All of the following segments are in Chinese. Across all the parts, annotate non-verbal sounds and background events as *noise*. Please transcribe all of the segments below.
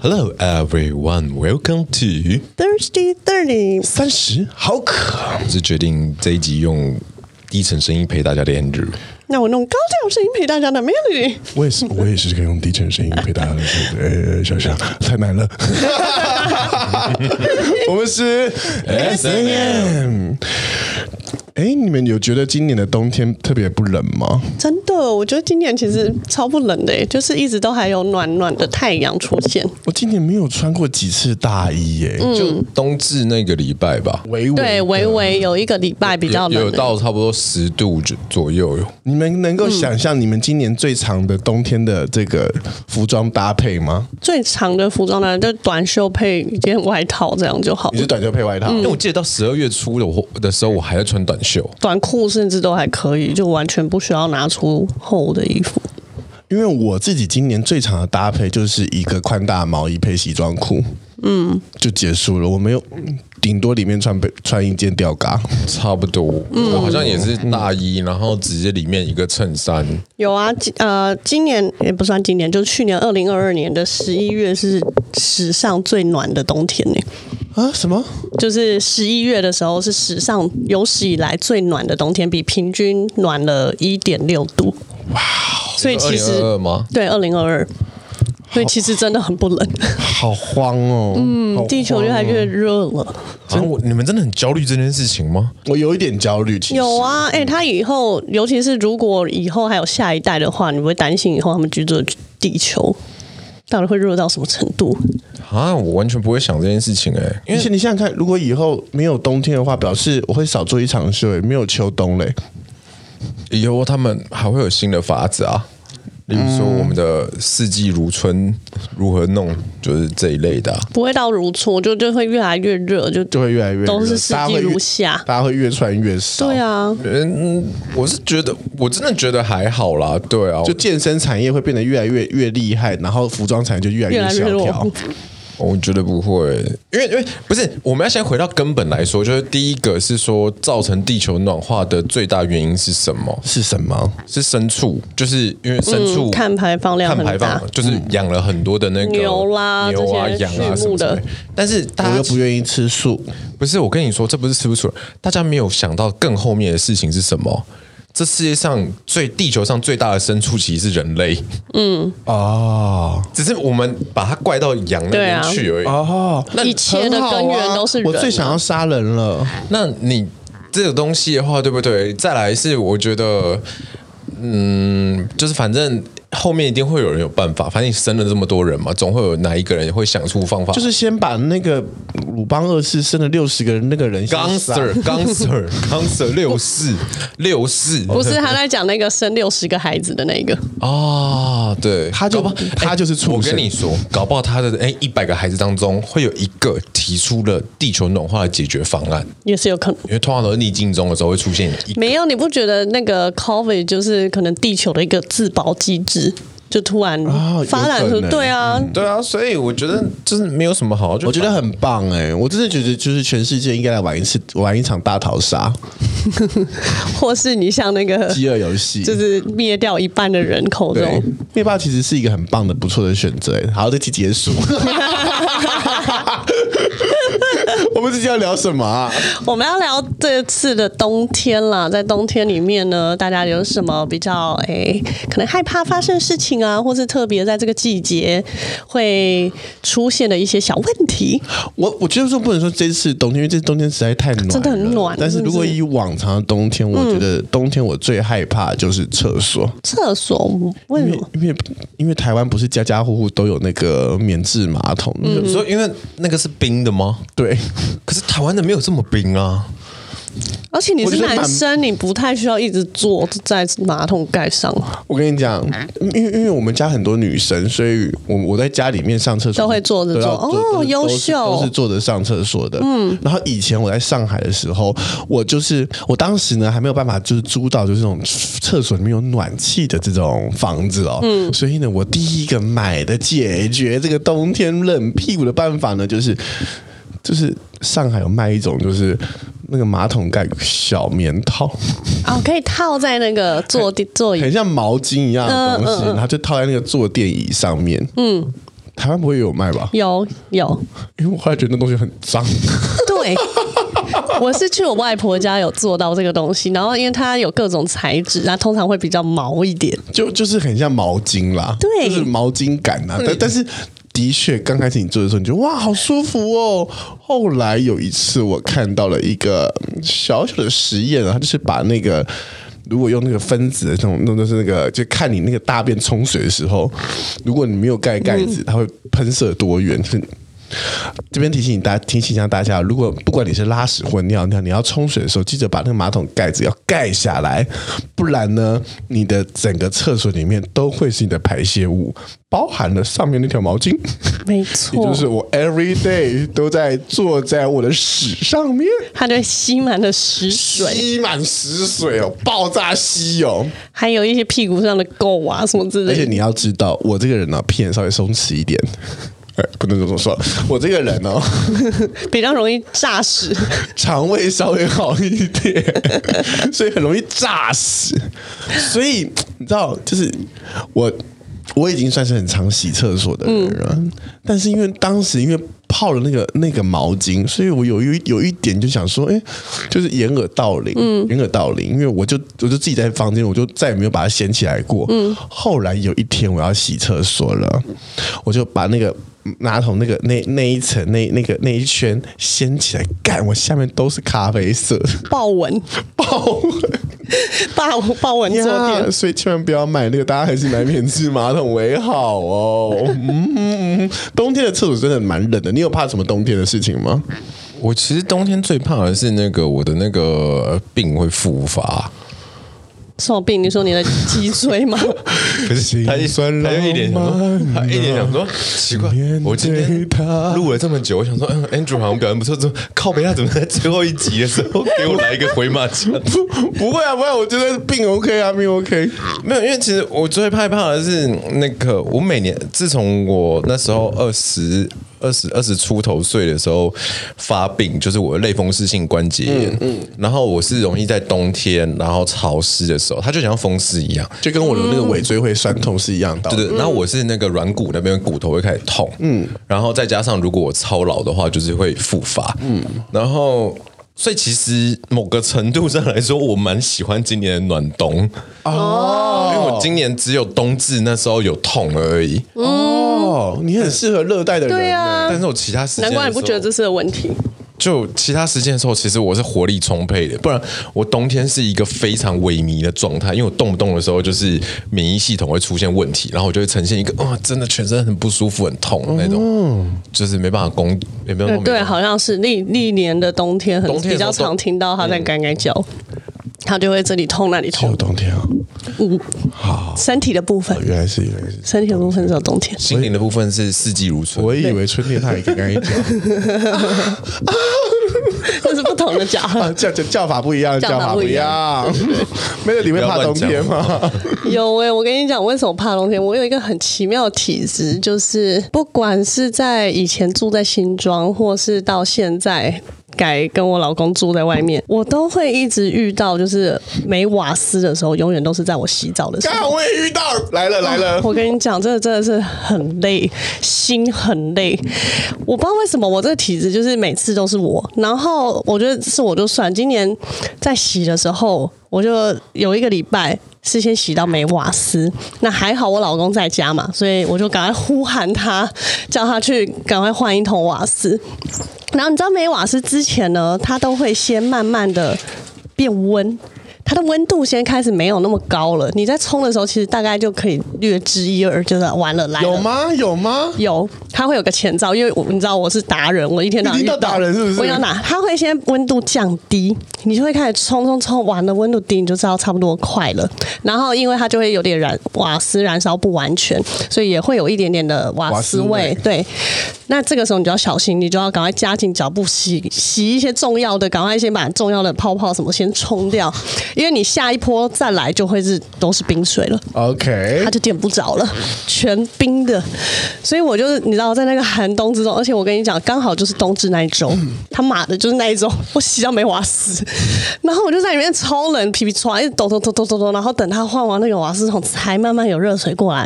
Hello everyone, welcome to Thirsty Thirty，三十好渴。我是决定这一集用低沉声音陪大家的 Andrew。那我弄高调声音陪大家的 Melody。我也是，我也是可以用低沉声音陪大家 *laughs* 说，呃，想想太难了。 *laughs* 我们是 S M。哎，你们有觉得今年的冬天特别不冷吗？真的，我觉得今年其实超不冷的耶，就是一直都还有暖暖的太阳出现。我今年没有穿过几次大衣耶，就冬至那个礼拜吧，微微对，的微微有一个礼拜比较有冷，有到差不多十度左左右。你们能够想象你们今年最长的冬天的这个服装搭配吗？最长的服装呢，就短袖配一件外套，这样就好你。是短袖配外套，因为我记得到十二月初的我的时候，我还在穿短袖。短裤甚至都还可以，就完全不需要拿出厚的衣服。因为我自己今年最常的搭配就是一个宽大毛衣配西装裤，嗯，就结束了。我没有，顶多里面穿背穿一件吊嘎，差不多，我好像也是大衣，然后直接里面一个衬衫，有啊，今呃，今年也不算今年，就是去年二零二二年的十一月是史上最暖的冬天呢、啊？什么？就是十一月的时候是史上有史以来最暖的冬天，比平均暖了一点六度。哇！所以二其零实二二吗？对二零二二，所以其实真的很不冷，好慌哦！嗯地球越来越热了。真啊我你们真的很焦虑这件事情吗？我有一点焦虑，其实有啊，哎、它以后，尤其是如果以后还有下一代的话，你不会担心以后他们居住的地球到底会热到什么程度？啊，我完全不会想这件事情哎、因而为且你想想看，如果以后没有冬天的话，表示我会少做一场秀，欸没有秋冬嘞。以后他们还会有新的法子啊，例如说我们的四季如春如何弄，就是这一类的啊、不会到如初，就就会越来越热，就就会越来越热都是四大家季会越如夏。大家会越穿越少。对，啊，嗯，我是觉得，我真的觉得还好啦，对啊，就健身产业会变得越来越越厉害，然后服装产业就越来越来越萧弱条。我觉得不会，因为因为不是，我们要先回到根本来说，就是第一个是说造成地球暖化的最大原因是什么？是什么？是牲畜，就是因为牲畜、嗯碳排放量碳很大嗯排放就是养了很多的那个牛啦牛啊、这些羊啊畜什么牧之类的的。但是大我家又不愿意吃素。不是我跟你说，这不是吃不出来，大家没有想到更后面的事情是什么。这世界上最地球上最大的牲畜其实是人类，哦只是我们把它怪到羊那对边啊去而已。哦，那一切的根源都是人、啊我最想要杀人了。那你这个东西的话，对不对？再来是我觉得，嗯，就是反正后面一定会有人有办法，反正你生了这么多人嘛，总会有哪一个人会想出方法。就是先把那个鲁邦二世生了六十个人那个人先刚杀 Sir，刚 Sir，刚 Sir 六四六四 *laughs* 不是啊他在讲那个生六十个孩子的那个，啊，对，他搞就不好哎他就是畜生我跟你说，搞不好他的哎一百个孩子当中，会有一个提出了地球暖化的解决方案，也是有可能。因为通常都是逆境中的时候会出现一没有，你不觉得那个 COVID 就是可能地球的一个自保机制，就突然啊有发展出可能对啊，对啊，所以我觉得就是没有什么好，我觉得很棒哎、我真的觉得就是全世界应该来玩一次，玩一场大逃杀、嗯或是你像那个饥饿游戏。就是灭掉一半的人口这对种，，灭霸其实是一个很棒的、不错的选择欸。好，这期结 *laughs* 束。 *laughs* 我们这期要聊什么啊？我们要聊这次的冬天啦，在冬天里面呢，大家有什么比较诶、可能害怕发生的事情啊，或是特别在这个季节会出现的一些小问题？我我觉得说不能说这次冬天，因为这次冬天实在太暖了，真的很暖但是如果以往常的冬天，我嗯觉得冬天我最害怕的就是厕所，厕所为什因么为？因为因为台湾不是家家户户都有那个免治马桶，嗯所以因为那个是冰的吗？对，可是台湾的没有这么冰啊。而且你我是觉得男蛮生，你不太需要一直坐在马桶盖上，我跟你讲，因为因为我们家很多女生，所以我我在家里面上厕所都会坐着都要坐坐哦都是优都是秀都是坐着上厕所的。嗯，然后以前我在上海的时候，我就是我当时呢还没有办法就是租到就是这种厕所里面有暖气的这种房子哦。嗯，所以呢，我第一个买的解决这个冬天冷屁股的办法呢，就是就是上海有卖一种就是那个马桶盖小棉套。哦，可以套在那个坐地座椅很像毛巾一样的东西，然后就套在那个坐垫椅上面。嗯，台湾不会有卖吧？有有，因为我后来觉得那东西很脏。 *laughs* 对。 *laughs* 我是去我外婆家有做到这个东西，然后因为它有各种材质，它通常会比较毛一点。就就是很像毛巾啦，对就是毛巾感啊。但但是的确，刚开始你做的时候，你觉得哇，好舒服哦。后来有一次，我看到了一个嗯小小的实验啊，它就是把那个。如果用那个分子的那种，那就是那个，就看你那个大便冲水的时候，如果你没有盖盖子，它会喷射多远？就是这边提醒大家，提醒一下大家，如果不管你是拉屎或尿尿，你要冲水的时候，记得把那个马桶盖子要盖下来，不然呢，你的整个厕所里面都会是你的排泄物，包含了上面那条毛巾，没也错，就是我 every day 都在坐在我的屎上面，它就会吸满了屎水，吸满屎水哦，爆炸吸哦。还有一些屁股上的垢啊什么之而且类的。你要知道，我这个人呢、屁眼稍微松弛一点。哎，不能这么说。我这个人哦，比较容易炸屎，肠胃稍微好一点， *laughs* 所以很容易炸死。所以你知道，就是我我已经算是很常洗厕所的人了，但是因为当时因为泡了那个那个毛巾，所以我有一有一点就想说，哎、就是掩耳盗铃，掩耳盗铃，因为我就我就自己在房间，我就再也没有把它掀起来过。后来有一天我要洗厕所了，我就把那个。马桶那个那那一层那那个那一圈掀起来，干！我下面都是咖啡色， *laughs* 豹纹，爆豹豹纹坐垫呀，所以千万不要买那个，大家还是买免治马桶为好哦。嗯嗯，嗯冬天的厕所真的蛮冷的，你有怕什么冬天的事情吗？我其实冬天最怕的是那个我的那个病会复发，什么病？你说你的脊椎 *laughs* 吗？可是他一他就一脸想说， *laughs* 他一脸想说奇怪面对，我今天他录了这么久，我想说，嗯，Andrew 好像表现不错，怎么靠北他啊怎么在最后一集的时候 *laughs* 给我来一个回马 *laughs* 枪？不不会啊，不会啊，我觉得病 OK 啊，病 OK。没有，因为其实我最害怕的是那个，我每年自从我那时候二十二十二十出头岁的时候发病，就是我的类风湿性关节炎，嗯，然后我是容易在冬天，然后潮湿的时候，它就像风湿一样，就跟我的那个尾椎会酸痛是一样的道理。对对，然后我是那个软骨那边骨头会开始痛，嗯，然后再加上如果我操劳的话，就是会复发，嗯，然后所以其实某个程度上来说，我蛮喜欢今年的暖冬，哦，因为我今年只有冬至那时候有痛而已，哦，你很适合热带的人、对啊但是我其他时间的难时候怪你不觉得这是个问题。就其他时间的时候，其实我是活力充沛的，不然我冬天是一个非常萎靡的状态，因为我动不动的时候就是免疫系统会出现问题，然后我就会呈现一个哇、真的全身很不舒服、很痛的那种，就是没办法工，也没有呃嗯对，好像是历历年的冬天很冬天比的时较候嗯常听到他在干干叫，他就会这里痛那里只有痛，冬天啊，身体的部分，原来是原来是。身体的部分只有冬天。 *laughs* 心灵的部分是四季如春。我以为春天他也刚刚一讲，这是不同的 *laughs* 脚， *laughs* 啊叫叫叫法不一样，叫叫法法不不一一样。 *laughs* 没有，你不会要怕乱冬讲天吗？有诶、我跟你讲，为什么怕冬天？我有一个很奇妙的体质，就是不管是在以前住在新庄，或是到现在改跟我老公住在外面，我都会一直遇到，就是没瓦斯的时候，永远都是在我洗澡的时候。刚我也遇到，来了来 *laughs* 了，哦我跟你讲，这个真的是很累，心很累。我不知道为什么我这个体质就是每次都是我，然后我觉得是我就算今年在洗的时候，我就有一个礼拜。事先洗到没瓦斯，那还好我老公在家嘛，所以我就赶快呼喊他，叫他去赶快换一桶瓦斯。然后你知道没瓦斯之前呢，它都会先慢慢的变温。它的温度先开始没有那么高了，你在冲的时候，其实大概就可以略知一二，就是完了来了有？吗？有吗？ *laughs* 有，它会有个前兆，因为我你知道我是达人，我一天到晚你遇遇到达人是不是我遇到哪，它会先温度降低，你就会开始冲冲冲，完了温度低，你就知道差不多快了。然后因为它就会有点燃瓦斯燃烧不完全，所以也会有一点点的瓦瓦斯斯味味，对。那这个时候你就要小心，你就要赶快加紧脚步洗洗一些重要的，赶快先把重要的泡泡什么先冲掉，因为你下一波再来就会是都是冰水了。 OK，它就点不着了，全冰的。所以我就是你知道，在那个寒冬之中，而且我跟你讲，刚好就是冬至那一周，他妈的就是那一周，我洗到没瓦斯，然后我就在里面超冷，皮皮喘，一直抖抖抖抖抖抖，然后等他换完那个瓦斯桶，才慢慢有热水过来。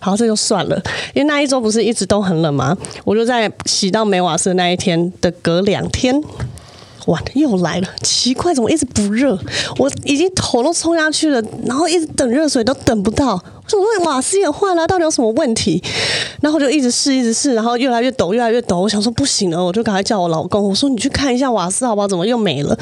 然后这就算了，因为那一周不是一直都很冷吗？我就在洗到没瓦斯的那一天的隔两天。完了又来了，奇怪，怎么一直不热？我已经头都冲下去了，然后一直等热水都等不到。我想说瓦斯也换了，到底有什么问题？然后我就一直试，一直试，然后越来越抖，越来越抖。我想说不行了，我就赶快叫我老公，我说你去看一下瓦斯好不好？怎么又没了？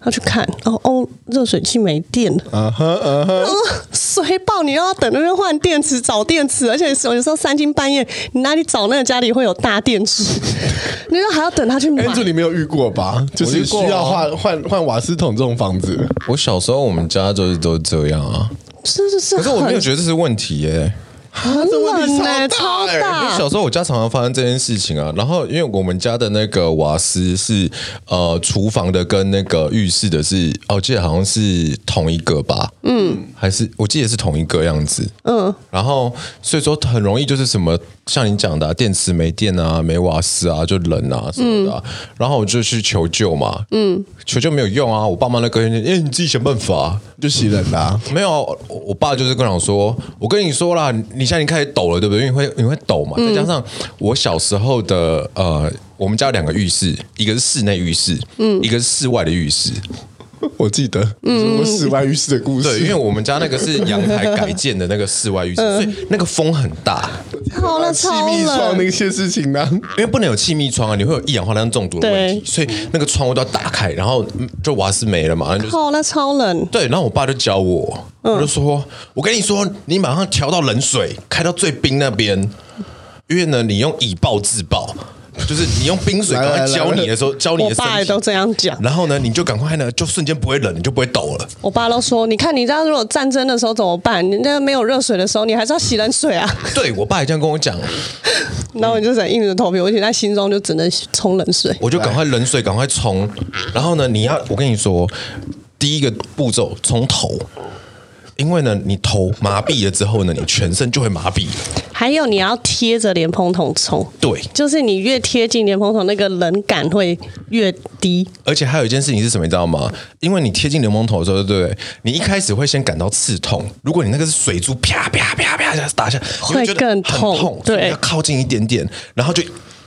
他去看，哦哦，热水器没电了。嗯哼嗯哎 *laughs* 哼， *laughs* 水爆，你又要等那边换电池、找电池，而且有时候三更半夜，你哪里找那个家里会有大电池？ *laughs* 你又还要等他去哎买。安助你没有遇过吧？就是需要换换换瓦斯桶这种房子，我小时候我们家就是都这样啊，是是是，可是我没有觉得这是问题耶、很冷呢、超因为大。小时候我家常常发生这件事情啊，然后因为我们家的那个瓦斯是呃厨房的跟那个浴室的是，哦，我记得好像是同一个吧，嗯，还是我记得是同一个样子，嗯，然后所以说很容易就是什么像你讲的啊、电池没电啊，没瓦斯啊，就冷啊什么的啊、然后我就去求救嘛，嗯，求救没有用啊，我爸妈那个人，哎、你自己想办法啊、就洗冷啦、没有，啊我我爸就是跟我说，我跟你说啦，你你现在已经开始抖了，对不对？因为你会你会抖嘛，再加上我小时候的呃，我们家有两个浴室，一个是室内浴室，嗯，一个是室外的浴室。 *laughs* 我记得，嗯，我室外浴室的故事，对，因为我们家那个是阳台改建的那个室外浴室，所以那个风很大，好了，气超密窗冷。那些事情呢、因为不能有气密窗啊，你会有一氧化碳中毒的问题，对所以那个窗户都要打开，然后嗯就瓦斯没了嘛，然后就好了，超冷。对，然后我爸就教我，嗯我就说，我跟你说，你马上调到冷水，开到最冰那边，因为呢，你用以暴制暴，就是你用冰水来赶来快浇你的时候，浇你我的爸也身都体，这样讲。然后呢，你就赶快呢，就瞬间不会冷，你就不会抖了。我爸都说，你看你知道如果战争的时候怎么办？你那没有热水的时候，你还是要洗冷水啊。对我爸也这样跟我讲，然后你就只能硬着头皮，我且在心中就只能冲冷水。我就赶快冷水赶快冲，然后呢，你要我跟你说，第一个步骤冲头。因为呢，你头麻痹了之后呢，你全身就会麻痹了。还有你要贴着莲蓬头冲，对，就是你越贴近莲蓬头，那个冷感会越低。而且还有一件事情是什么，你知道吗？因为你贴近柠檬头的时候，对不对？你一开始会先感到刺痛，如果你那个是水珠啪啪啪啪啪打下，你觉得更很痛痛，对所以你要靠近一点点，然后就。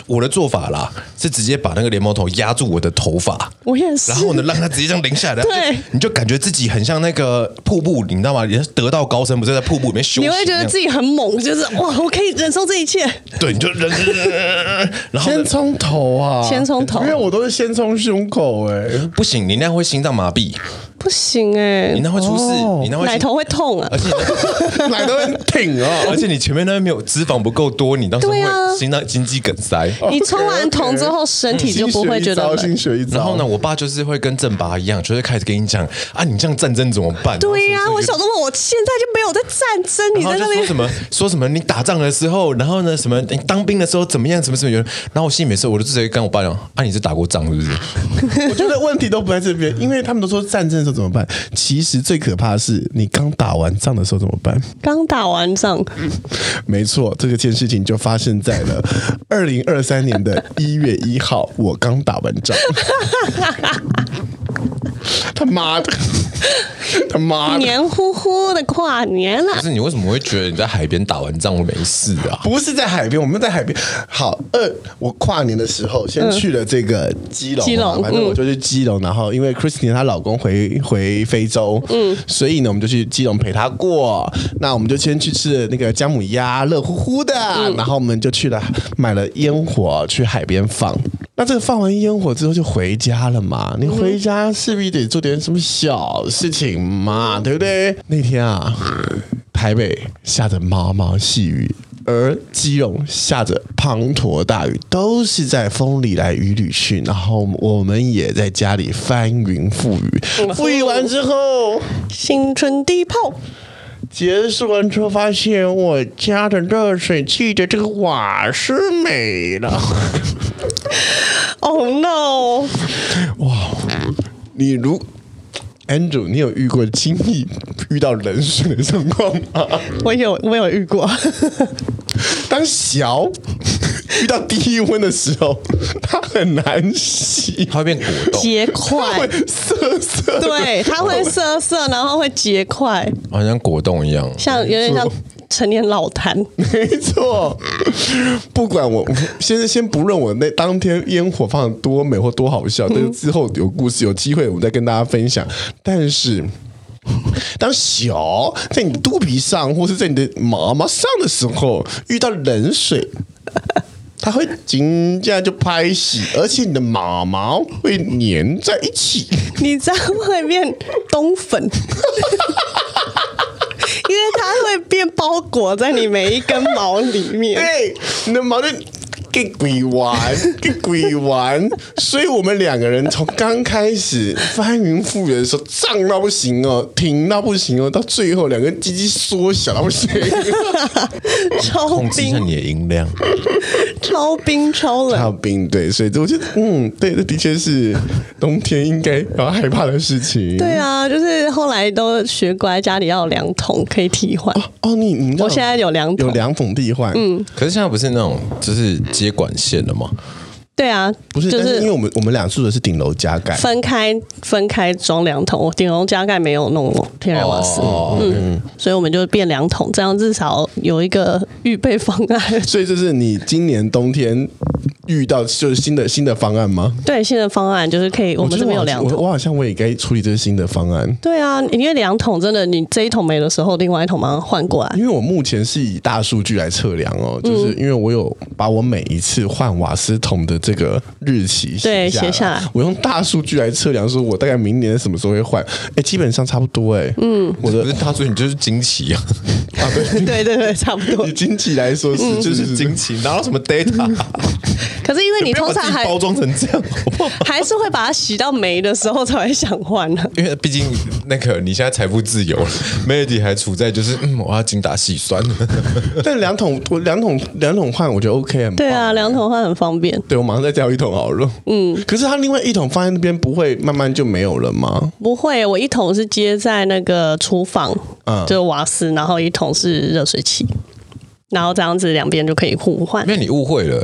我的做法啦，是直接把那个莲蓬头压住我的头发，我也是然后呢，让它直接这样淋下来， *laughs* 然后就对你就感觉自己很像那个瀑布，你知道吗？人家得道高僧不是在瀑布里面修行一你样，会觉得自己很猛，就是哇，我可以忍受这一切。对，你就人，然后呢先冲头啊，先冲头因为我都是先冲胸口、 *laughs* 哎，不行，你那样会心脏麻痹，不行哎、你那会出事，你那会奶心头会痛啊而！且你奶都很挺哦。 *laughs* 而且你前面那边没有脂肪不够多，你到时候对啊会心脏心肌梗塞。 *laughs* 哦你冲完桶之后，身体就不会觉得冷新。学嗯一招。然后呢，？我爸就是会跟正拔一样，就是开始跟你讲啊，你这样战争怎么办？对呀、然后我什想么说，我现在就没有在战争，你在然那后就说什边么说什么你打仗的时候，然后呢什么你当兵的时候怎么样，什么什么原因。然后我心里没事，我就直接跟我爸讲啊，你是打过仗是不 *laughs* 是？ *laughs* 我觉得问题都不在这边，因为他们都说战争的时候怎么办？其实最可怕的是你刚打完仗的时候怎么办？ *laughs* 刚打完仗，嗯没错，这个件事情就发生在 *laughs* 了二零二三年的一月一号，我刚打完仗。 *laughs* 他妈的！他妈的！黏糊糊的跨年了可。是你为什么会觉得你在海边打完仗会没事啊？不是在海边，我们在海边。好，二我跨年的时候先去了这个基隆嘛，啊基隆嗯反正我就去基隆。然后因为 Christine 她老公回回非洲，嗯，所以呢，我们就去基隆陪她过。那我们就先去吃了那个姜母鸭，热乎乎的。嗯然后我们就去了买了烟火去海边放。那这个放完烟火之后就回家了嗯嘛？你回家势必得做点什么小事情嘛，对不对？那天啊，台北下着毛毛细雨，而基隆下着滂沱大雨，都是在风里来雨里去。然后我们也在家里翻云覆雨，覆雨完之后，新春第一炮，结束完之后发现我家的热水器的这个瓦是没了。 Oh no！你如 Andrew，你有遇过轻易遇到冷水的状况吗？我有我有遇过，当小遇到低温的时候，它很难洗，它会变果冻，结 *laughs* 它块会，涩涩。对，它会涩涩，然后会结块，好像果冻一 *laughs* 样。像有点像嗯成年老痰。没错，不管我先先不论我那当天烟火放的多美或多好笑，但是之后有故事有机会我再跟大家分享。但是。当小在你肚皮上或是在你的毛毛上的时候，遇到冷水，它会紧接着就拍洗，而且你的毛毛会粘在一起。你这样会变冬粉， *laughs* 因为它会变包裹在你每一根毛里面。对，哎你的毛就给鬼 *laughs* 玩，给鬼玩。所以我们两个人从刚开始翻云覆雨的时候，胀到不行哦，挺到不行哦，到最后两个鸡鸡缩小到不行。超控制一下冰、你的音量，超冰、超还有冷，冰，对，所以我觉得，嗯，对，这的确是冬天应该要害怕的事情。对啊，就是后来都学乖，家里要有两桶可以替换。哦，你你知道我现在有两桶有两桶替换，嗯，可是现在不是那种就是接管线了吗？对啊，不是，就但是因为是我们我们俩住的是顶楼加盖，分开分开装两桶，我顶楼加盖没有弄天然瓦斯，哦，嗯，所以我们就变两桶，这样至少有一个预备方案。 *laughs* 所以这是你今年冬天遇到就是新的新的方案吗？对，新的方案就是可以，我们觉这得边有好像两我桶。我好像我也该处理这个新的方案，对啊，因为两桶真的，你这一桶没的时候，另外一桶马上换过来 *laughs* 因。为我目前是以大数据来测量哦，就是嗯因为我有把我每一次换瓦斯桶的这个日期对写写下来我用大数据来测量，说我大概明年什么时候会换，哎，基本上差不多哎，嗯，我不的是他说你就是惊奇啊，啊对。对对对，差不多 *laughs* 以。经济来说嗯是，就 *laughs* 就是是惊奇，哪有什么 data？可是因为你不要通把常自己还包装成这样，好 *laughs* 不好？ *laughs* 还是会把它洗到没的时候才会想换 *laughs* 呢、因为毕竟那个你现在财富自由了，Melody 还处在就是嗯，我要精打细算。但两桶我两桶两桶换，我觉得 OK 很棒对哦啊，两桶换很方便。对我马上再加一桶好了。嗯， *laughs* 可是它另外一桶放在那边，不会慢慢就没有了吗？不会，我一桶是接在那个厨房，嗯就是瓦斯，然后一桶是热水器，然后这样子两边就可以互换因。为你误会了，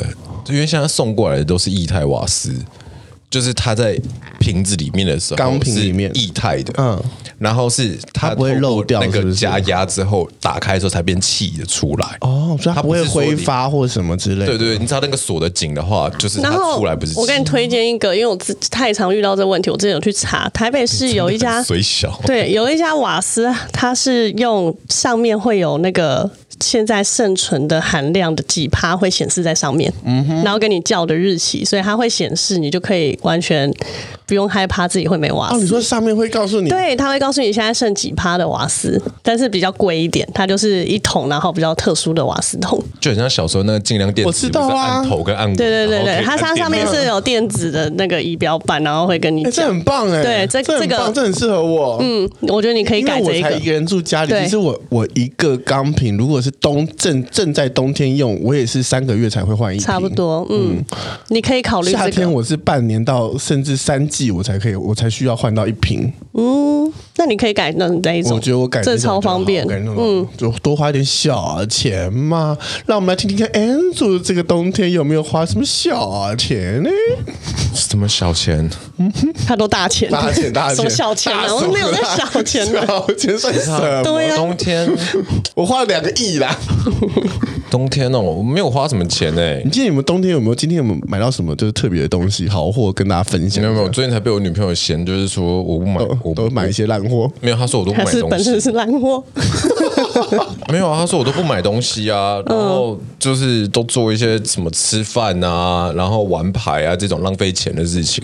因为现在送过来的都是液态瓦斯，就是它在瓶子里面的时候，钢瓶里面液态的，嗯嗯，然后是它它不会漏透过掉那是不个是加压之后，打开之后才变气的出来。哦，所以它它不不会是说你挥发或什么之类的。对对对，你知道那个锁的紧的话，就是它然后出来不是气。我给你推荐一个，因为我自太常遇到这个问题，我之前有去查，台北市哦有一家很水小，对，有一家瓦斯，它是用上面会有那个现在剩存的含量的几趴会显示在上面，嗯然后跟你叫的日期，所以它会显示，你就可以完全不用害怕自己会没瓦哦，你斯。说上面会告诉你，对，它会告诉你现在剩几趴的瓦斯，但是比较贵一点，它就是一桶，然后比较特殊的瓦斯桶。就很像小时候那个尽量电池，我知道啊不是按头跟按对对对对，然后它可以按它上面电是有电子的那个仪表板，然后会跟你哎、这讲。很棒哎、对这这很这棒个这很适合我。嗯，嗯，我觉得你可以因改为我这一才个一。个人住家里，对其实我我一个钢瓶，如果是冬正正在冬天用，我也是三个月才会换一瓶，差不。多，嗯，你可以考虑这夏个。天我是半年到甚至三季，我才可以，我才需要换到一瓶。嗯，那你可以改弄那一种，我觉得我改这超方便。嗯，就多花一点小钱嘛。让我们来听听看 Andrew 这个冬天有没有花什么小钱呢？什么小钱？他都大钱，大钱大 *laughs* 钱，啊什么小钱大啊？手我没有在大小钱啊 *laughs* 的、小钱算什么？对啊冬天 *laughs* 我花了两个亿啦！冬天哦，我没有花什么钱哎、 *laughs* 你记得你们冬天有没有今天有没有买到什么就是特别的东西好货跟大家分享？没有没有，我最近才被我女朋友嫌，就是说我不买，我我都不买一些烂货。没有，她说我都不还买是东本身西，是烂货？没有啊，她说我都不买东西啊，然后就是都做一些什么吃饭啊，然后玩牌啊这种浪费钱的事情，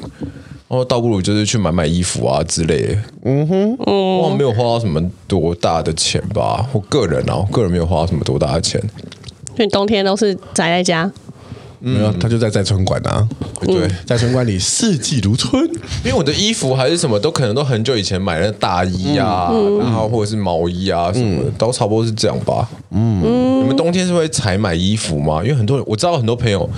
然后倒不如就是去买买衣服啊之类的。嗯哼，我没有花到什么多大的钱吧，我个人啊，我个人没有花到什么多大的钱，所以你冬天都是宅在家，没有，他就在在村馆啊，嗯对，在村馆里四季如春。因为我的衣服还是什么都可能都很久以前买的大衣啊，然后或者是毛衣啊什么的，都差不多是这样吧。嗯，你们冬天是会采买衣服吗？因为很多人我知道很多朋友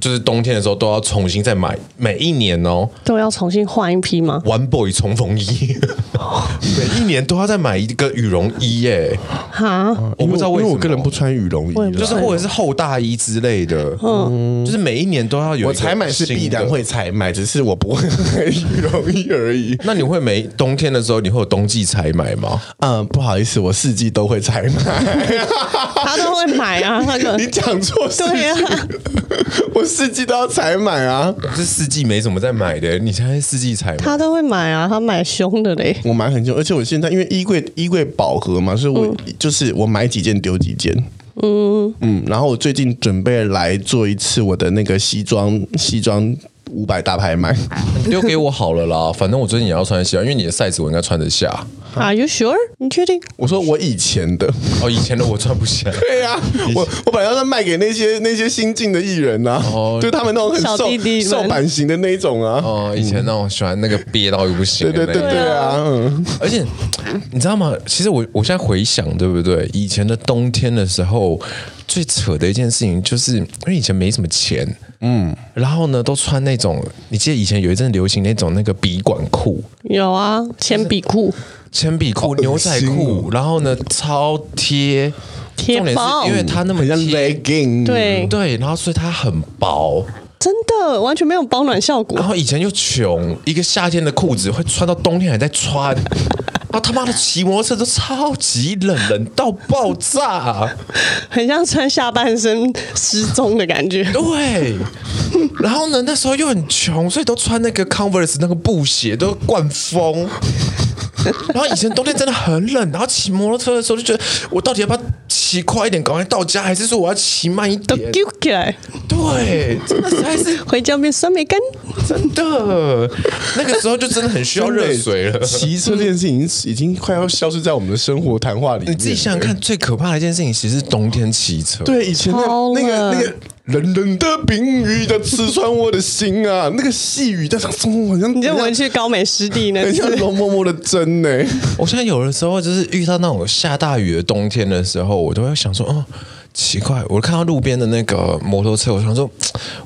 就是冬天的时候都要重新再买，每一年哦都要重新换一批吗？ ，One Boy 重逢 *laughs* 衣，每一年都要再买一个羽绒衣 *laughs* 耶、哈，我不知道为什么因为我个人不穿羽绒衣我也啦，不就知是道或者是厚大衣之类的，嗯，就是每一年都要有。我采买是必然。会采买，只是我不会买羽绒衣 *laughs* 而已。那你会每冬天的时候，你会有冬季采买吗？嗯，不好意思，我四季都会采买。他都会买啊，那个 *laughs* 你讲错事对情，啊，我四季都要采买啊。这四季没怎么在买的，你现在四季采买，他都会买啊，他买凶的嘞。我买很久，而且我现在因为衣柜衣柜饱和嘛，所以嗯我、就是我买几件丢几件。嗯嗯，然后我最近准备来做一次我的那个西装西装五百大 *laughs* 拍卖。你丢给我好了 *laughs* 啦。反正我最近也要穿西装，因为你的 size 我应该穿得下。 Are you sure？你确定？我说我以前 *laughs* 的，哦，以前的我穿不下。 *laughs* 对呀、我我本来要卖给那些那些新进的艺人呐、啊，哦就他们那种很小瘦弟弟们瘦版型的那一种啊。哦，以前那种喜欢那个憋到又不行对的那对个。对对啊，嗯，而且你知道吗？其实我我现在回想，对不对？以前的冬天的时候，最扯的一件事情就是，因为以前没什么钱，嗯，然后呢，都穿那种，你记得以前有一阵流行那种那个笔管裤、有啊，铅笔裤、铅笔裤、恶心哦牛仔裤，然后呢，超贴，贴重点薄是因为它那么很像贴， legging。对，对，然后所以它很薄，真的完全没有保暖效果 *laughs* 然。后以前又穷，一个夏天的裤子会穿到冬天还在穿，然后他妈的骑摩托车都超级冷，冷到爆炸。很像穿下半身失踪的感觉。 *laughs* 对，然后呢，那时候又很穷，所以都穿那个 Converse 那个布鞋，都灌风。然后以前冬天真的很冷，然后骑摩托车的时候就觉得，我到底要不要骑快一点，赶快到家，还是说我要骑慢一都点？丢起来， *laughs* 对，真的实在是回家变酸梅干。真的，那个时候就真的很需要热水了。骑车这件事情已经已经快要消失在我们的生活谈话里 *laughs* 面。你自己想想看，最可怕的一件事情，其实是冬天骑车。对，以前那超那个冷那个冷冷的冰雨在刺穿我的心啊，那个细雨在中好像你就很像回去高美湿地那很像次，容嬷嬷的针呢、我现在有的时候就是遇到那种下大雨的冬天的时候，我都会想说，哦，奇怪，我看到路边的那个摩托车，我想说，嘖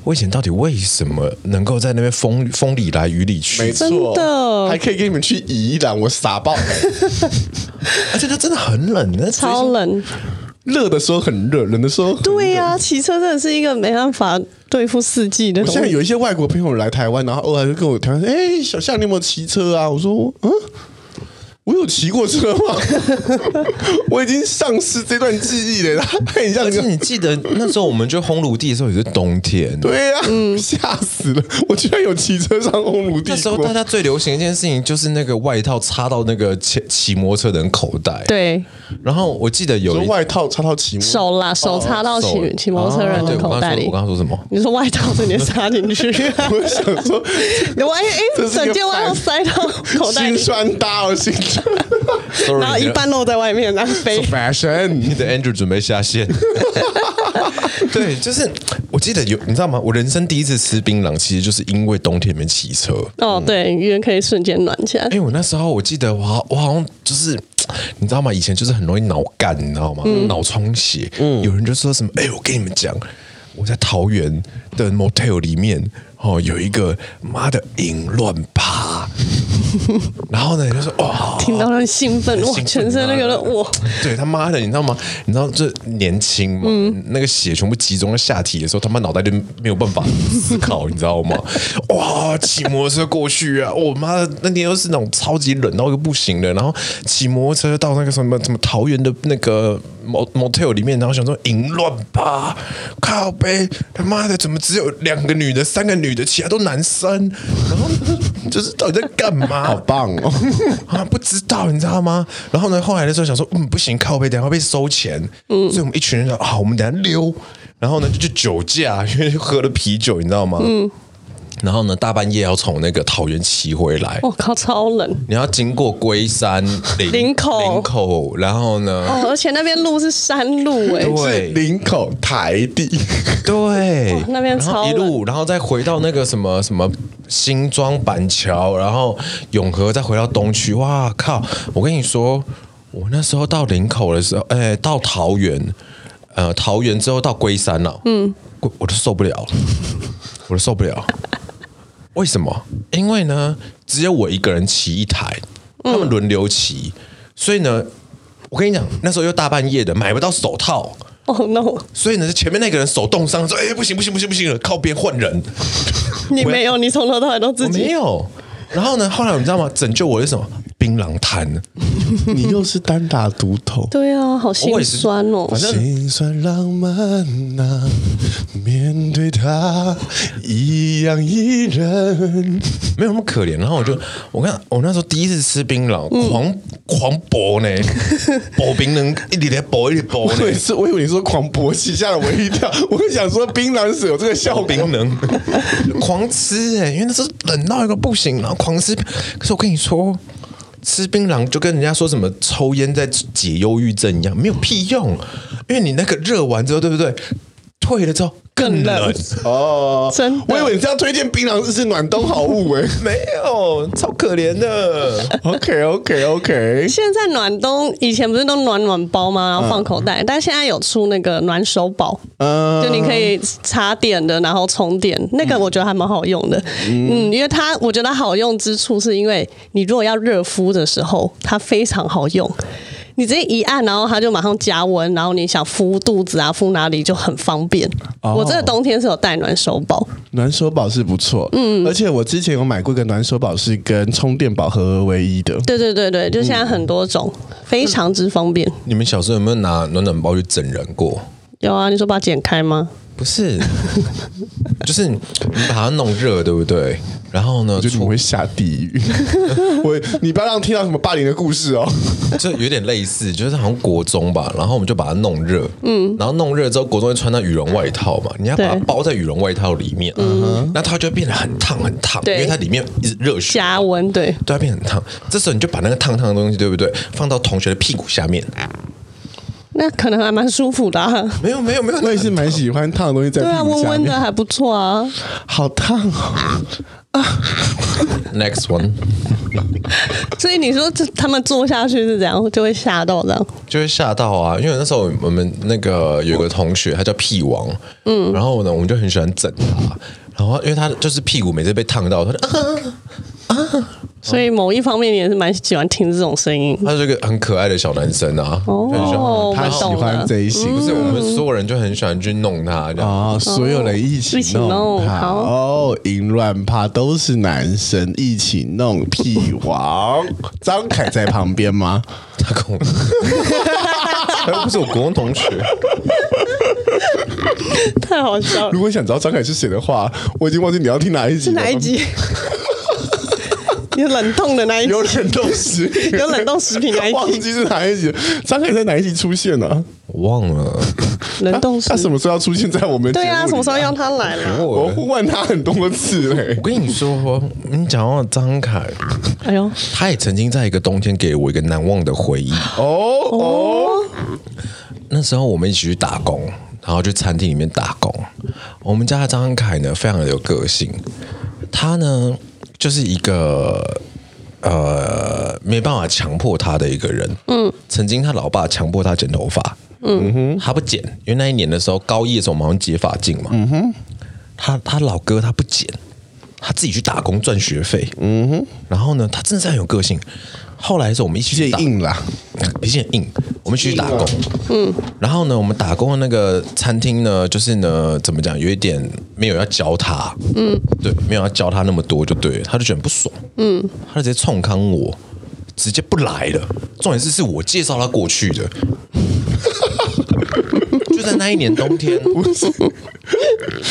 我以前到底为什么能够在那边风风里来雨里没去？错，真的还可以跟你们去宜兰，我傻爆。 *laughs* 而且它真的很冷，那超。冷。热的时候很热，冷的时候很对呀、骑车真的是一个没办法对付四季的我东现在西。有一些外国朋友来台湾，然后偶尔就跟我谈，哎、小夏，你有没有骑车啊？我说，嗯，我有骑过车吗？我已经丧失这段记忆了。 *laughs* 他很像而这且个，你记得那时候我们去烘炉地的时候也是冬天，对呀、吓死了！我居然有骑车上红炉地那时候过大家最流行一件事情就是那个外套插到那个骑骑摩托车的人口袋。，对然后我记得有说一外套插到骑摩，手啦，手插到哦手啊骑骑摩托车人对的我口刚袋刚里说我。刚刚说什么？ *laughs* 你说外套直接插进去，我想 *laughs* 说，你万一 *laughs* 哎，这是一个整件外套塞到口袋 *laughs* 心里，酸大哦，心酸。 Sorry，然后一你的半露在外面，然后飞 fashion，你的 Andrew 准备下线。 *laughs* 对，就是我记得有，你知道吗？我人生第一次吃槟榔，其实就是因为冬天里面骑车。哦，对，雨人可以瞬间暖起来因。为我那时候我记得我好我好像就是。你知道吗？以前就是很容易脑干，你知道吗？嗯脑充血。有人就说什么：“哎、我跟你们讲，我在桃园的 motel 里面，哦，有一个妈的淫乱趴。” *laughs* 然后呢，你就说：“哦，好听到很兴奋，哇，兴奋全身那个啊人，哇， *laughs* 对他妈的，你知道吗？你知道这年轻嘛，嗯那个血全部集中在下体的时候，他妈脑袋就没有办法思考，你知道吗？ *laughs* 哇，骑摩托车过去啊！我、妈的，那天又是那种超级冷到又不行的，然后骑摩托车到那个什么什么桃园的那个 mo- motel 里面，然后想说淫乱吧，靠呗，他妈的怎么只有两个女的，三个女的，其他都男生，然后就是到底在干嘛？ *laughs* 好棒 *laughs* 哦！ *laughs* 啊，不知道，你知道吗？然后呢，后来的时候想说，嗯，不行，靠背，等一下会被收钱。嗯，所以我们一群人说，啊，我们等一下溜。然后呢，就去酒驾，因为喝了啤酒，你知道吗？嗯。然后呢，大半夜要从那个桃园骑回来，我哦靠，超冷。你要经过龟山、林林口林口，然后呢，哦，而且那边路是山路哎、对林口台 *laughs* 地，对，那边然超后一冷路，然后再回到那个什么什么新庄板桥，然后永和，再回到东区。哇靠！我跟你说，我那时候到林口的时候，哎，到桃园，呃，桃园之后到龟山了，嗯，我我都受不了，我都受不了。为什么？因为呢，只有我一个人骑一台，他嗯们轮流骑，所以呢，我跟你讲，那时候又大半夜的，买不到手套。哦 no，所以呢，前面那个人手冻伤，说：“哎、不行不行不行不行了，靠边换人。你没有，你从头到尾都”我自没己。有。然后呢，后来你知道吗？拯救我的是什么？槟榔摊。你又是单打独斗。对啊，好我心也是酸哦。反正心酸浪漫呐、面对他一样一人。没有那么可怜。然后我就，我看我那时候第一次吃槟榔，狂狂剥呢，剥槟榔一点点剥一点剥我以呢， *laughs* 是，我以为你说狂勃起，吓了我一跳。 *laughs* 我会想说槟榔是有这个效剥果槟榔， *laughs* 狂吃哎、因为那时候冷到一个不行，然后狂吃。可是我跟你说。吃槟榔就跟人家说什么抽烟在解忧郁症一样，没有屁用，因为你那个热完之后，对不对？退了之后更冷， *laughs* 哦真的我以为你这样推荐槟榔是是暖冬好物 *laughs* 哎、 *laughs* 没有，超可怜的。 OK OK *laughs* OK，现在暖冬以前不是都暖暖包吗？然后放口袋，但现在有出那个暖手宝，嗯、就你可以插电的，然后充电，那个我觉得还蛮好用的。嗯，因为它我觉得它好用之处是因为你如果要热敷的时候，它非常好用。你直接一按，然后它就马上加温，然后你想敷肚子啊，敷哪里就很方便。哦我这个冬天是有带暖手宝，暖手宝是不错，嗯，而且我之前有买过一个暖手宝，是跟充电宝合而为一的。对对对对，就现在很多种，非常之方便。你们小时候有没有拿暖暖包去整人过？有啊，你说把它剪开吗？不是，就是你把它弄热，对不对？然后呢，我觉得你出们会下地狱， *laughs* 我你不要让听到什么霸凌的故 *laughs* 事哦。就有点类似，就是好像国中吧，然后我们就把它弄热，嗯，然后弄热之后，国中会穿到羽绒外套嘛，你要把它对包在羽绒外套里面，嗯，那它就会变得很烫很烫，因对为它里面一直热血，加温，对，对，它变得很烫。这时候你就把那个烫烫的东西，对不对，放到同学的屁股下面？那可能还蛮舒服的、啊。没有没有没有，我也是蛮喜欢烫的东西在对啊，屁股温下温的面，还不错啊。好烫哦。 next one *laughs* 所以你说这他们坐下去是怎样，就会吓到哦这样。就会吓到啊，因为那时候我们那个有个同学，他叫屁王，嗯，然后呢，我们就很喜欢整他，然后因为他就是屁股每次被烫到，他就、 *laughs* 啊、所以某一方面你也是蛮喜欢听这种声音。他是一个很可爱的小男生啊，就很喜欢哦，他我喜懂欢了。嗯这一型，不是我们所有人就很喜欢去弄他这样。啊、所有人一一起起弄弄他好哦，淫乱趴都是男生一起弄屁 *laughs* 王，张凯在旁边吗？他跟我，他又不是我国中同学，太好笑了，如果想知道张凯是谁的话，我已经忘记你要听哪一集，是哪一？集？ *laughs* 有冷冻的那一集，有冷冻食品， *laughs* 有冷冻食品那一集忘记是哪一集。张凯在哪一集出现呢、啊？我忘了。冷冻他是。什么时候要出现在我们的对啊，节什么目里时候让他来了？我我呼唤他很多次嘞、我跟你说，你讲到张凯，哎呦，他也曾经在一个冬天给我一个难忘的回忆。哦 *laughs* 哦，那时候我们一起去打工，然后去餐厅里面打工。我们家的张凯呢，非常的有个性，他呢就是一个呃没办法强迫他的一个人。嗯，曾经他老爸强迫他剪头发，嗯哼，他不剪，因为那一年的时候高一的时候我们好像解发禁嘛，嗯哼，他他老哥他不剪。他自己去打工赚学费，嗯哼，然后呢，他真的是很有个性。后来的时候，我们一起介去打硬啦，啊脾气很硬，我们去打工。嗯，然后呢，我们打工的那个餐厅呢，就是呢，怎么讲，有一点没有要教他，嗯，对，没有要教他那么多，就对了，他就觉得很不爽，嗯，他就直接冲康我，直接不来了。重点是是我介绍他过去的， *laughs* 就在那一年冬天，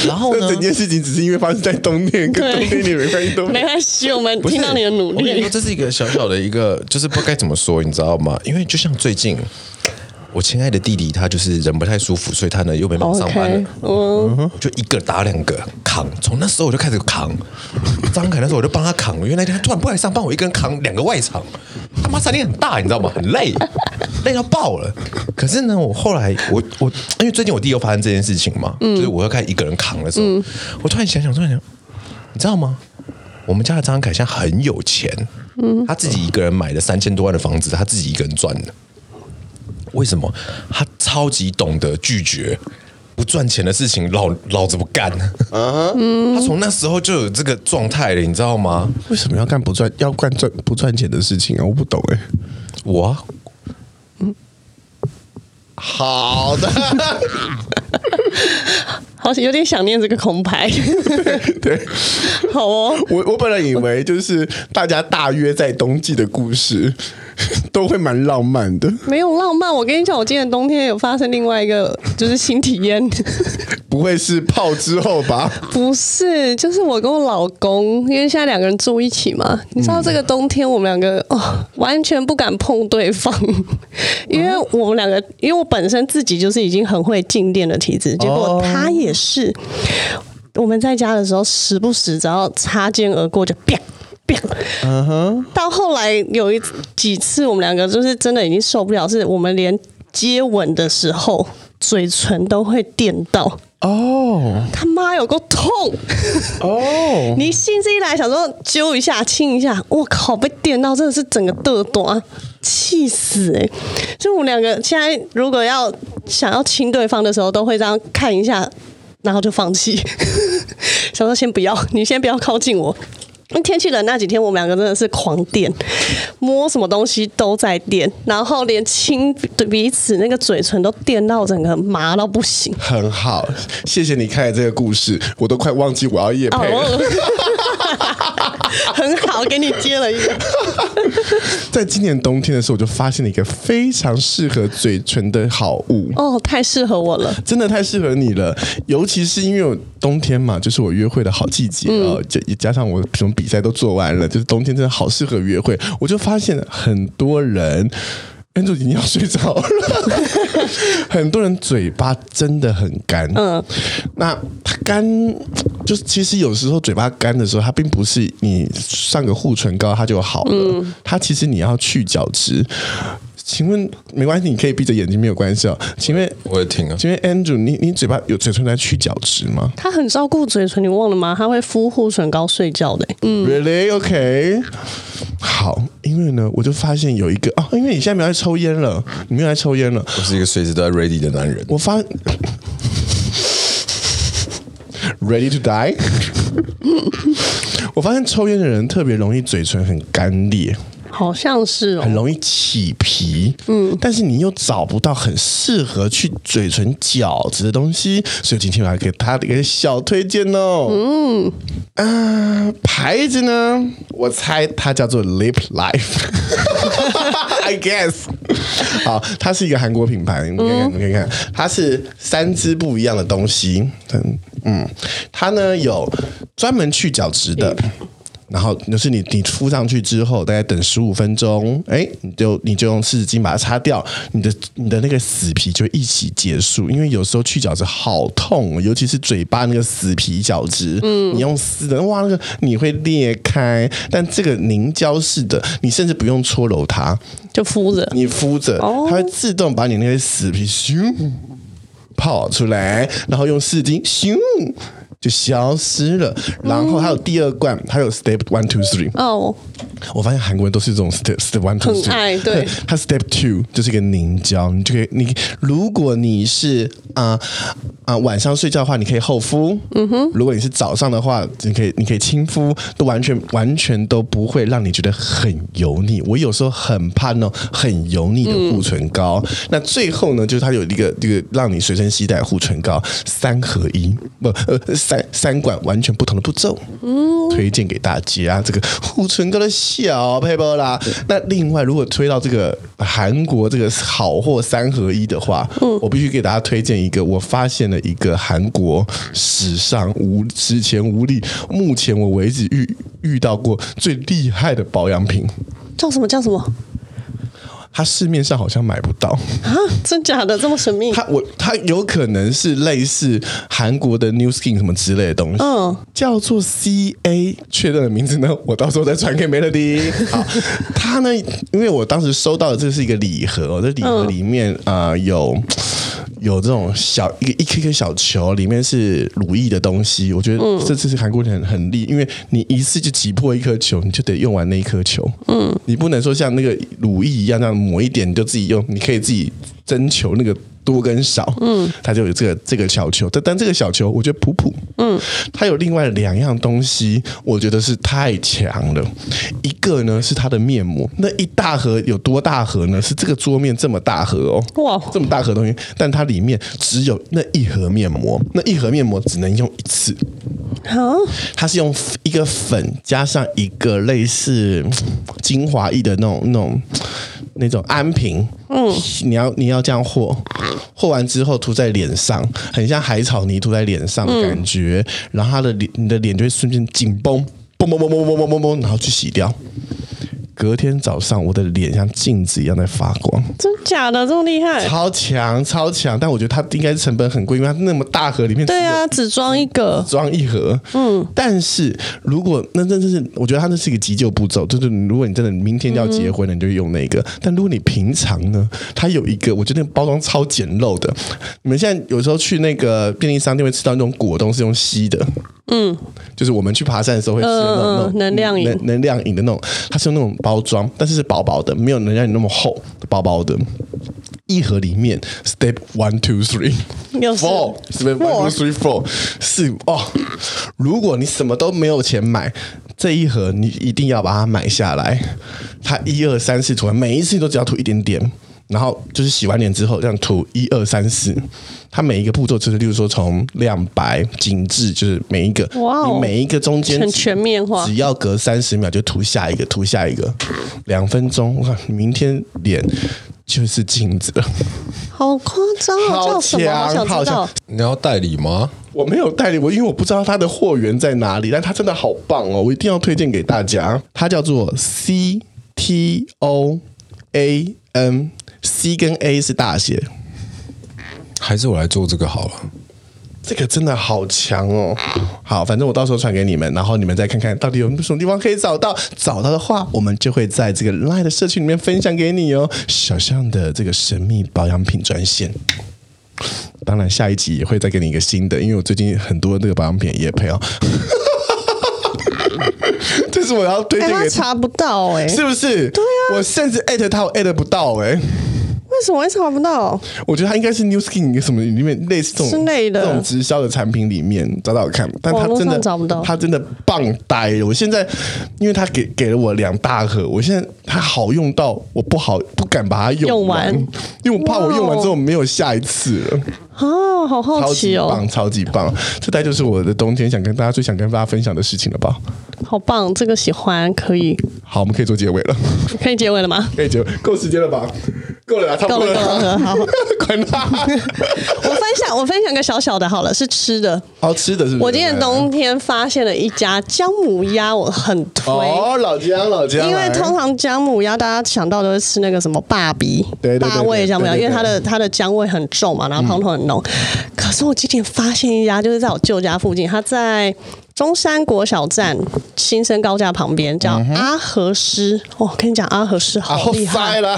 然后 *laughs* 那呢，整件事情只是因为发生在冬天， *laughs* 跟冬天你没关系都没关系，我们听到你的努我跟你力说，。这是一个小小的一个，就是不知道该怎么说，你知道吗？因为就像最近，我亲爱的弟弟他就是人不太舒服，所以他呢又没办法上班了哦 OK，嗯，就一个打两个扛。从那时候我就开始扛，张凯那时候我就帮他扛。因为那天他突然不来上班，我一个人扛两个外场，他妈三天很大，你知道吗？很累， *laughs* 累到爆了。可是呢，我后来我我因为最近我弟又发生这件事情嘛，嗯就是我又开始一个人扛的时候，我突然想想，突然想，你知道吗？我们家的张凯现在很有钱，嗯他自己一个人买了三千多万的房子，他自己一个人赚的。为什么？他超级懂得拒绝。不赚钱的事情，老老子不干。嗯他从那时候就有这个状态了，你知道吗？为什么要干不赚要干赚不赚钱的事情啊？我不懂哎、我啊好的，好有点想念这个空白。 *laughs* *laughs* 对好哦，我我本来以为就是大家大约在冬季的故事 *laughs* 都会蛮浪漫的，没有浪漫。我跟你讲，我今年冬天有发生另外一个就是新体验。不会是泡之后吧？不是，就是我跟我老公，因为现在两个人住一起嘛，你知道这个冬天我们两个哦，完全不敢碰对方， *laughs* 因为我们两个，因为我本身自己就是已经很会静电的体质，结果他也是。我们在家的时候，时不时只要擦肩而过就啪。啪到后来有一几次，我们两个就是真的已经受不了，是我们连接吻的时候，嘴唇都会电到。哦他妈有够痛！哦，你兴致一来，想说揪一下、亲一下，我靠，被电到真的是整个嘚短，气死哎、欸！就我们两个现在如果要想要亲对方的时候，都会这样看一下，然后就放弃， *laughs* 想说先不要，你先不要靠近我。天气冷那几天，我们两个真的是狂电，摸什么东西都在电，然后连亲彼此那个嘴唇都电到整个麻到不行。很好，谢谢你看这个故事，我都快忘记我要夜哦，配了。我 *laughs* 很好，给你接了一个。在今年冬天的时候，我就发现了一个非常适合嘴唇的好物。哦，太适合我了。 *laughs* 真的太适合你了，尤其是因为我冬天嘛，就是我约会的好季节啊，加、也加上我什么比赛都做完了，就是冬天真的好适合约会。我就发现很多人。安主已经要睡着了，很多人嘴巴真的很干。嗯，那它干就是其实有时候嘴巴干的时候，它并不是你上个护唇膏它就好了，它其实你要去角质。请问没关系，你可以闭着眼睛没有关系哦。请问我也听啊，请问 Andrew，你你嘴巴有嘴唇在去角质吗、他很照顾嘴唇，你忘了吗？他会敷护唇膏睡觉的、嗯， r e a l l y OK。好，因为呢，我就发现有一个哦，因为你现在没有在抽烟了，你没有在抽烟了，我是一个随时都在 ready 的男人。我发 ready to die 。我发现抽烟的人特别容易嘴唇很干裂，好像是哦很。容易起皮，嗯，但是你又找不到很适合去嘴唇角质的东西，所以今天我要给他的一个小推荐哦，嗯，啊、牌子呢，我猜它叫做 Lip *laughs* Life 。I guess，好，它是一个韩国品牌，你们可以看，你们可以看，它是三支不一样的东西，嗯嗯，它呢有专门去角质的，然后就是你你敷上去之后，大概等十五分钟，哎，你就你就用湿纸巾把它擦掉，你的你的那个死皮就一起结束。因为有时候去角质好痛哦，尤其是嘴巴那个死皮角质，嗯，你用撕的，哇，那个你会裂开。但这个凝胶式的，你甚至不用搓揉它，就敷着。你敷着，它会自动把你那些死皮咻跑出来，然后用湿巾咻就消失了。然后还有第二罐，还有 step one two three。哦，我发现韩国人都是这种 step step one two 很 three，爱对他 step two 就是一个凝胶，你就可以你如果你是啊啊、晚上睡觉的话，你可以厚敷，嗯哼，如果你是早上的话，你可以你可以轻敷，都完全完全都不会让你觉得很油腻。我有时候很怕那种很油腻的护唇膏，嗯那最后呢，就是它有一个这个让你随身携带的护唇膏三合一，不呃三三管完全不同的步骤，推荐给大家啊这个护唇膏的小配包啦。那另外，如果推到这个韩国这个好货三合一的话，我必须给大家推荐一个，我发现了一个韩国史上无史前无力，目前我为止遇遇到过最厉害的保养品。啊叫什么叫什么？它市面上好像买不到。啊，真假的这么神秘？它我它有可能是类似韩国的 New Skin 什么之类的东西，嗯叫做 CA 确认的名字呢，我到时候再传给 Melody。好，它呢，因为我当时收到的这是一个礼盒、哦，这礼盒里面啊、呃有。有这种小一个一颗一颗小球，里面是乳液的东西。我觉得这次是韩国人很很厉，因为你一次就挤破一颗球，你就得用完那一颗球。嗯，你不能说像那个乳液一样，那样抹一点你就自己用，你可以自己征求那个多跟少，嗯，它就有这个这个小球，但但这个小球我觉得普普，嗯，它有另外两样东西，我觉得是太强了。一个呢是它的面膜，那一大盒有多大盒呢？是这个桌面这么大盒哦，哇这么大盒东西，但它里面只有那一盒面膜，那一盒面膜只能用一次，啊，它是用一个粉加上一个类似嗯精华液的那种、那种、那种安瓶。嗯，你要你要这样和，和完之后涂在脸上，很像海草泥涂在脸上的感觉，然后它的脸你的脸就会瞬间紧绷，嘣嘣嘣嘣嘣嘣嘣嘣，然后去洗掉。隔天早上，我的脸像镜子一样在发光。真假的这么厉害？超强超强，但我觉得它应该成本很贵，因为它那么大盒里面只对有啊，只装一个，装一盒，嗯，但是如果那真的是，我觉得它那是一个急救步骤，就是如果你真的明天要结婚了，你就用那个。但如果你平常呢，它有一个，我觉得那个包装超简陋的。你们现在有时候去那个便利商店会吃到那种果冻是用吸的，嗯，就是我们去爬山的时候会吃的那种、嗯嗯那种能量饮能能量饮的那种，它是用那种包装，但是是薄薄的，没有能量饮那么厚，薄薄的。一盒里面，step one two three，又是 four，这边 one two three four 四哦。如果你什么都没有钱买，这一盒你一定要把它买下来。它一二三四涂完，每一次都只要涂一点点。然后就是洗完脸之后，这样涂一二三四，它每一个步骤就是，例如说从亮白、紧致，就是每一个，哇哦你每一个中间很全面化只要隔三十秒就涂下一个，涂下一个，两分钟，哇，你明天脸就是镜子了，好夸张哦，好叫什么？好强，想好知强道。，你要代理吗？我没有代理，我因为我不知道它的货源在哪里，但它真的好棒哦，我一定要推荐给大家。它叫做 C T O A N，C 跟 A 是大写，还是我来做这个好了？这个真的好强哦。好，反正我到时候传给你们，然后你们再看看到底有什么地方可以找到。找到的话，我们就会在这个 Line 的社区里面分享给你哦。小象的这个神秘保养品专线。当然，下一集也会再给你一个新的，因为我最近很多这个保养品也配哦。 *laughs* 这是我要推哎、荐他给他，查不到哎、是不是？对啊，我甚至艾特他，我艾特不到哎、为什么会查不到？我觉得它应该是 New Skin 什么里面类似这种之类的这种直销的产品里面找找看，但它网络真的上找不到它真的棒呆了。我现在因为它给给了我两大盒，我现在它好用到我不好不敢把它用用完因为我怕我用完之后哇没有下一次了。啊，好好超奇级哦，棒，超级棒！这代就是我的冬天想跟大家最想跟大家分享的事情了吧？好棒，这个喜欢，可以，好，我们可以做结尾了， *laughs* 可以结尾了吗？可以结尾够时间了吧？够了啦，差不够多了，够了， *laughs* 好。管他。我分享，我分享个小小的，好了，是吃的。 *laughs* 好吃的是不是？我今年冬天发现了一家姜母鸭，我很推，哦，老姜，老姜来，因为通常姜母鸭大家想到都是吃那个什么霸鼻对对、对霸味姜母鸭，对对对因为它的它的姜味很重嘛，然后汤头很浓。可是我今年发现一家，就是在我舅家附近，它在中山国小站新生高架旁边，叫阿和师。哦，跟你讲，阿和师嗯啊，好后厉塞害。了，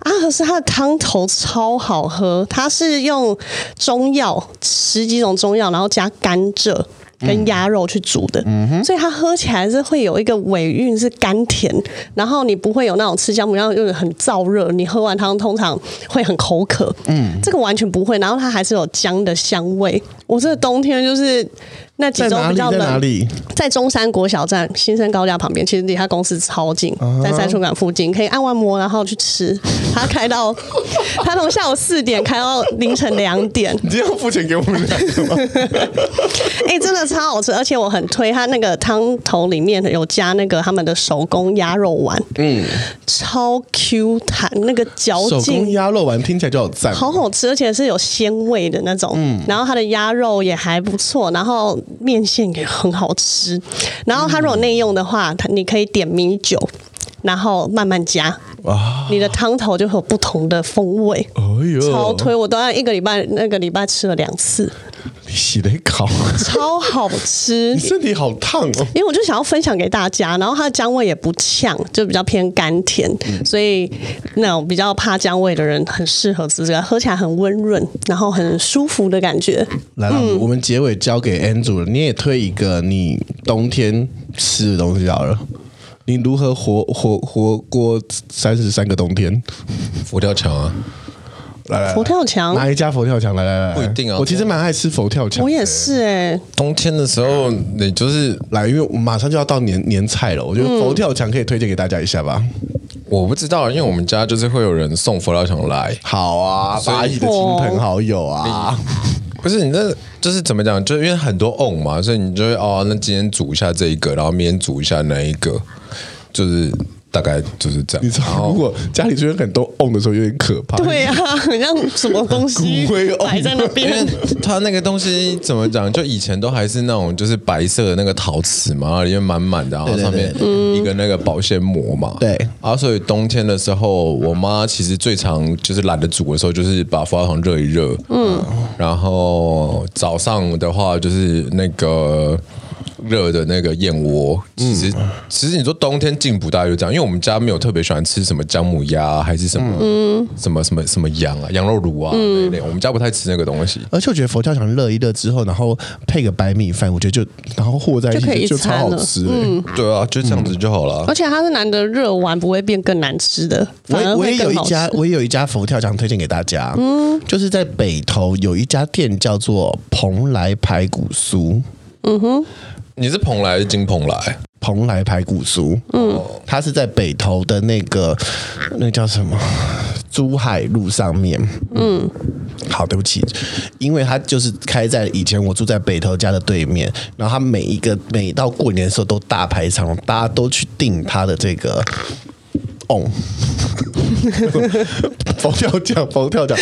阿和啊师它的汤头超好喝，它是用中药十几种中药，然后加甘蔗嗯跟鸭肉去煮的，所以它喝起来是会有一个尾韵是甘甜，然后你不会有那种吃姜母鸭就是很燥热，你喝完汤通常会很口渴，嗯，这个完全不会，然后它还是有姜的香味。我这个冬天就是那几在周哪比里？较在哪冷，里？在中山国小站新生高架旁边，其实离他公司超近，在三树港附近，可以按完摩然后去吃。他开到 *laughs* 他从下午四点开到凌晨两点， *laughs* 你这样付钱给我们俩是吗？哎、真的超好吃，而且我很推他那个汤头里面有加那个他们的手工鸭肉丸，嗯，超 Q 弹，那个嚼手工劲。鸭肉丸听起来就好赞，好好吃，而且是有鲜味的那种。然后它的鸭肉也还不错，然后面线也很好吃。然后它如果内用的话，它你可以点米酒，然后慢慢加。啊，你的汤头就会有不同的风味。哎呦，超推！我大概一个礼拜，那个礼拜吃了两次，你洗得烤，超好吃你。 *laughs* 身体好烫哦。因为我就想要分享给大家，然后它的姜味也不呛，就比较偏甘甜，所以那种比较怕姜味的人很适合吃这个，喝起来很温润，然后很舒服的感觉。来了，我们结尾交给 Andrew 了，你也推一个你冬天吃的东西好了。你如何活活活过三十三个冬天？佛跳墙啊，来来，佛跳墙哪一家佛跳墙？来来来，不一定啊我其实蛮爱吃佛跳墙。我也是哎、冬天的时候你就是来，因为我马上就要到年年菜了，我觉得佛跳墙可以推荐给大家一下吧。我不知道，因为我们家就是会有人送佛跳墙来，好啊，所以八亿的亲朋好友啊，不是你那就是怎么讲，就因为很多 on 嘛，所以你就会哦，那今天煮一下这一个，然后明天煮一下那一个，就是大概就是这样。你知道，如果家里出现很多 on 的时候，有点可怕。对啊， *laughs* 很像什么东西骨灰瓮哦摆在那因为 *laughs* 边，它那个东西怎么讲，就以前都还是那种就是白色的那个陶瓷嘛，然后里面满满的，然后对上面一个那个保鲜膜嘛。对啊，所以冬天的时候，我妈其实最常就是懒得煮的时候，就是把佛跳墙热一热。嗯，然后早上的话就是那个。热的那个燕窝，其实、其实你说冬天进补大概就这样，因为我们家没有特别喜欢吃什么姜母鸭、啊、还是什么、什么什么什么羊啊、羊肉炉啊、那一类，我们家不太吃那个东西。而且我觉得佛跳墙热一热之后，然后配个白米饭，我觉得就然后和在就一可以起一就超餐好了嗯吃、欸。对啊，就这样子就好了。而且它是难得热完不会变更难吃的，我反而我也会有更一好吃。家，我也有一家佛跳墙推荐给大家，嗯，就是在北投有一家店叫做蓬莱排骨酥，你是蓬莱还是金蓬莱？蓬莱排骨酥，嗯，它是在北投的那个那个叫什么珠海路上面，嗯，好，对不起，因为它就是开在以前我住在北投家的对面，然后它每一个每到过年的时候都大排长，大家都去订它的这个。 *laughs* 哦，佛跳墙，佛跳墙，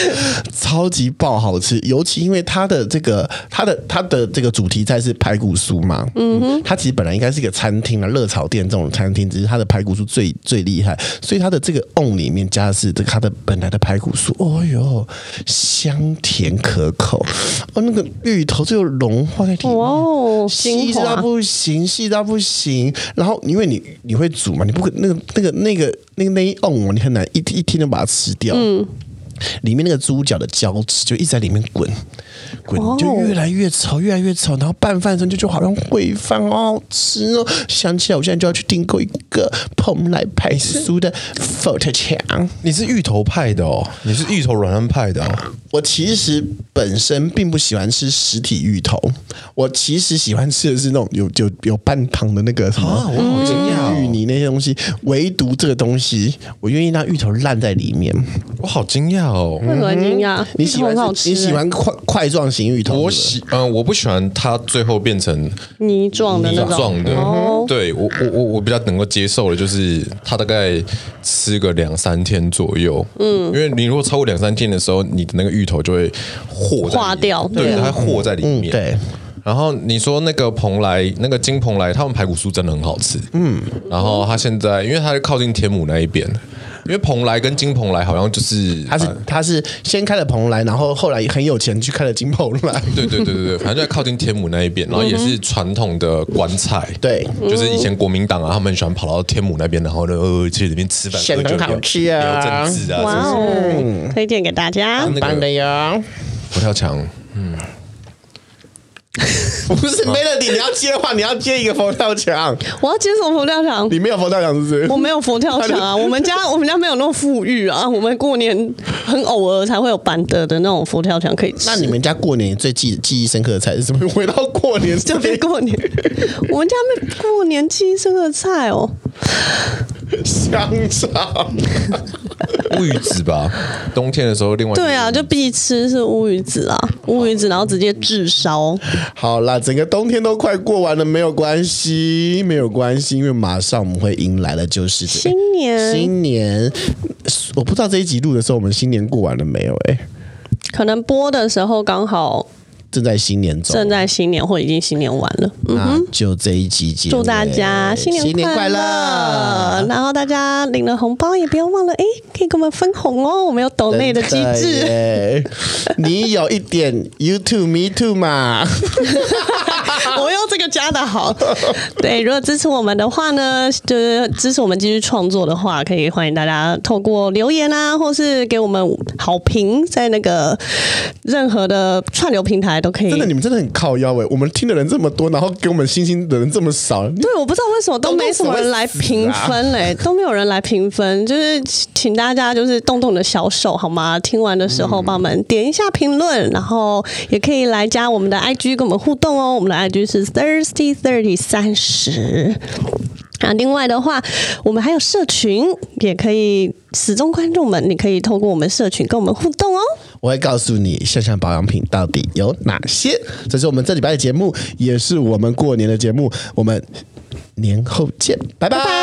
超级爆好吃，尤其因为它的这个，它的它的这个主题菜是排骨酥嘛，嗯哼，它其实本来应该是一个餐厅啊，热炒店这种餐厅，只是它的排骨酥最最厉害，所以它的这个瓮里面加的是这个它的本来的排骨酥，哦哟，香甜可口，哦，那个芋头就有融化在里面，哇哦，细精华到不行，细到不行。然后因为你你会煮嘛，你不可那个那个那个那个那一瓮哦，你很难一一天就把它吃掉。嗯。里面那个猪脚的胶质就一直在里面滚，滚哦就越来越稠，越来越稠，然后拌饭的时候就就好像烩饭，好好吃哦！想起来我现在就要去订购一个蓬莱排酥的佛跳墙。你是芋头派的哦，你是芋头软烂派的哦。我其实本身并不喜欢吃实体芋头，我其实喜欢吃的是那种有有有半糖的那个什么啊我好惊讶哦芋泥那些东西，唯独这个东西，我愿意让芋头烂在里面。我好惊讶哦。为何惊讶？嗯你喜欢很好是吃、欸你喜欢块块状型芋头？我是喜嗯、我不喜欢它最后变成泥状的泥那种状嗯的。哦，对我我我我比较能够接受的，就是它大概吃个两三天左右。嗯，因为你如果超过两三天的时候，你的那个芋头就会和在里面化掉对，对它会和在里不面。是嗯，对。然后你说那个蓬莱，那个金蓬莱，他们排骨酥真的很好吃。嗯，然后它现在，因为它是靠近天母那一边，因为蓬莱跟金蓬莱好像就是他是啊他是先开了蓬莱，然后后来很有钱去开了金蓬莱。对对对对对，反正就在靠近天母那一边，然后也嗯是传统的棺材，对就是以前国民党啊，他们很喜欢跑到天母那边，然后呢，呃，去里面吃饭，显得喝酒很好聊吃啊聊政治啊，哇是不是？嗯哦，推荐给大家。那个棒 *laughs* 的哟！佛跳墙，不是啊 Melody，你要接的话，你要接一个佛跳墙。我要接什么佛跳墙？你没有佛跳墙是不是？我没有佛跳 *laughs* 墙啊，我们家我们家没有那么富裕啊，我们过年很偶尔才会有板德的那种佛跳墙可以吃。那你们家过年最记记忆深刻的菜是什么？回到过 *laughs* 年这就别边过年， *laughs* 我们家没过年记忆深刻的菜哦，香肠，乌鱼子吧，冬天的时候，另外对啊，就必吃是乌鱼子啊，乌鱼子然后直接炙烧，好啦，整个冬天都快过完了，没有关系，没有关系，因为马上我们会迎来的就是这个新年新年。我不知道这一集录的时候，我们新年过完了没有、欸？哎，可能播的时候刚好正在新年中，正在新年或已经新年完了，嗯那就这一集结尾，祝大家新年新年快乐！然后大家领了红包也不要忘了，哎，可以给我们分红哦，我们有抖内的机真制。耶。 *laughs* 你有一点 you too me too 嘛？ *laughs* 我用这个加的好，对，如果支持我们的话呢，就是支持我们继续创作的话，可以欢迎大家透过留言啊，或是给我们好评，在那个任何的串流平台都可以 *laughs* 真。的，你们真的很靠腰哎、我们听的人这么多，然后给我们星星的人这么少，对，我不知道为什么都没什么啊人来评分 *laughs* 嘞、都没有人来评分，就是请大家就是动动你的小手好吗？听完的时候帮我们点一下评论，然后也可以来加我们的 IG 跟我们互动哦。我们的 IG 是 thirsty thirty 三十。啊，另外的话，我们还有社群，也可以始终观众们，你可以透过我们社群跟我们互动哦。我会告诉你圣尚保养品到底有哪些。这是我们这礼拜的节目，也是我们过年的节目。我们年后见，拜拜。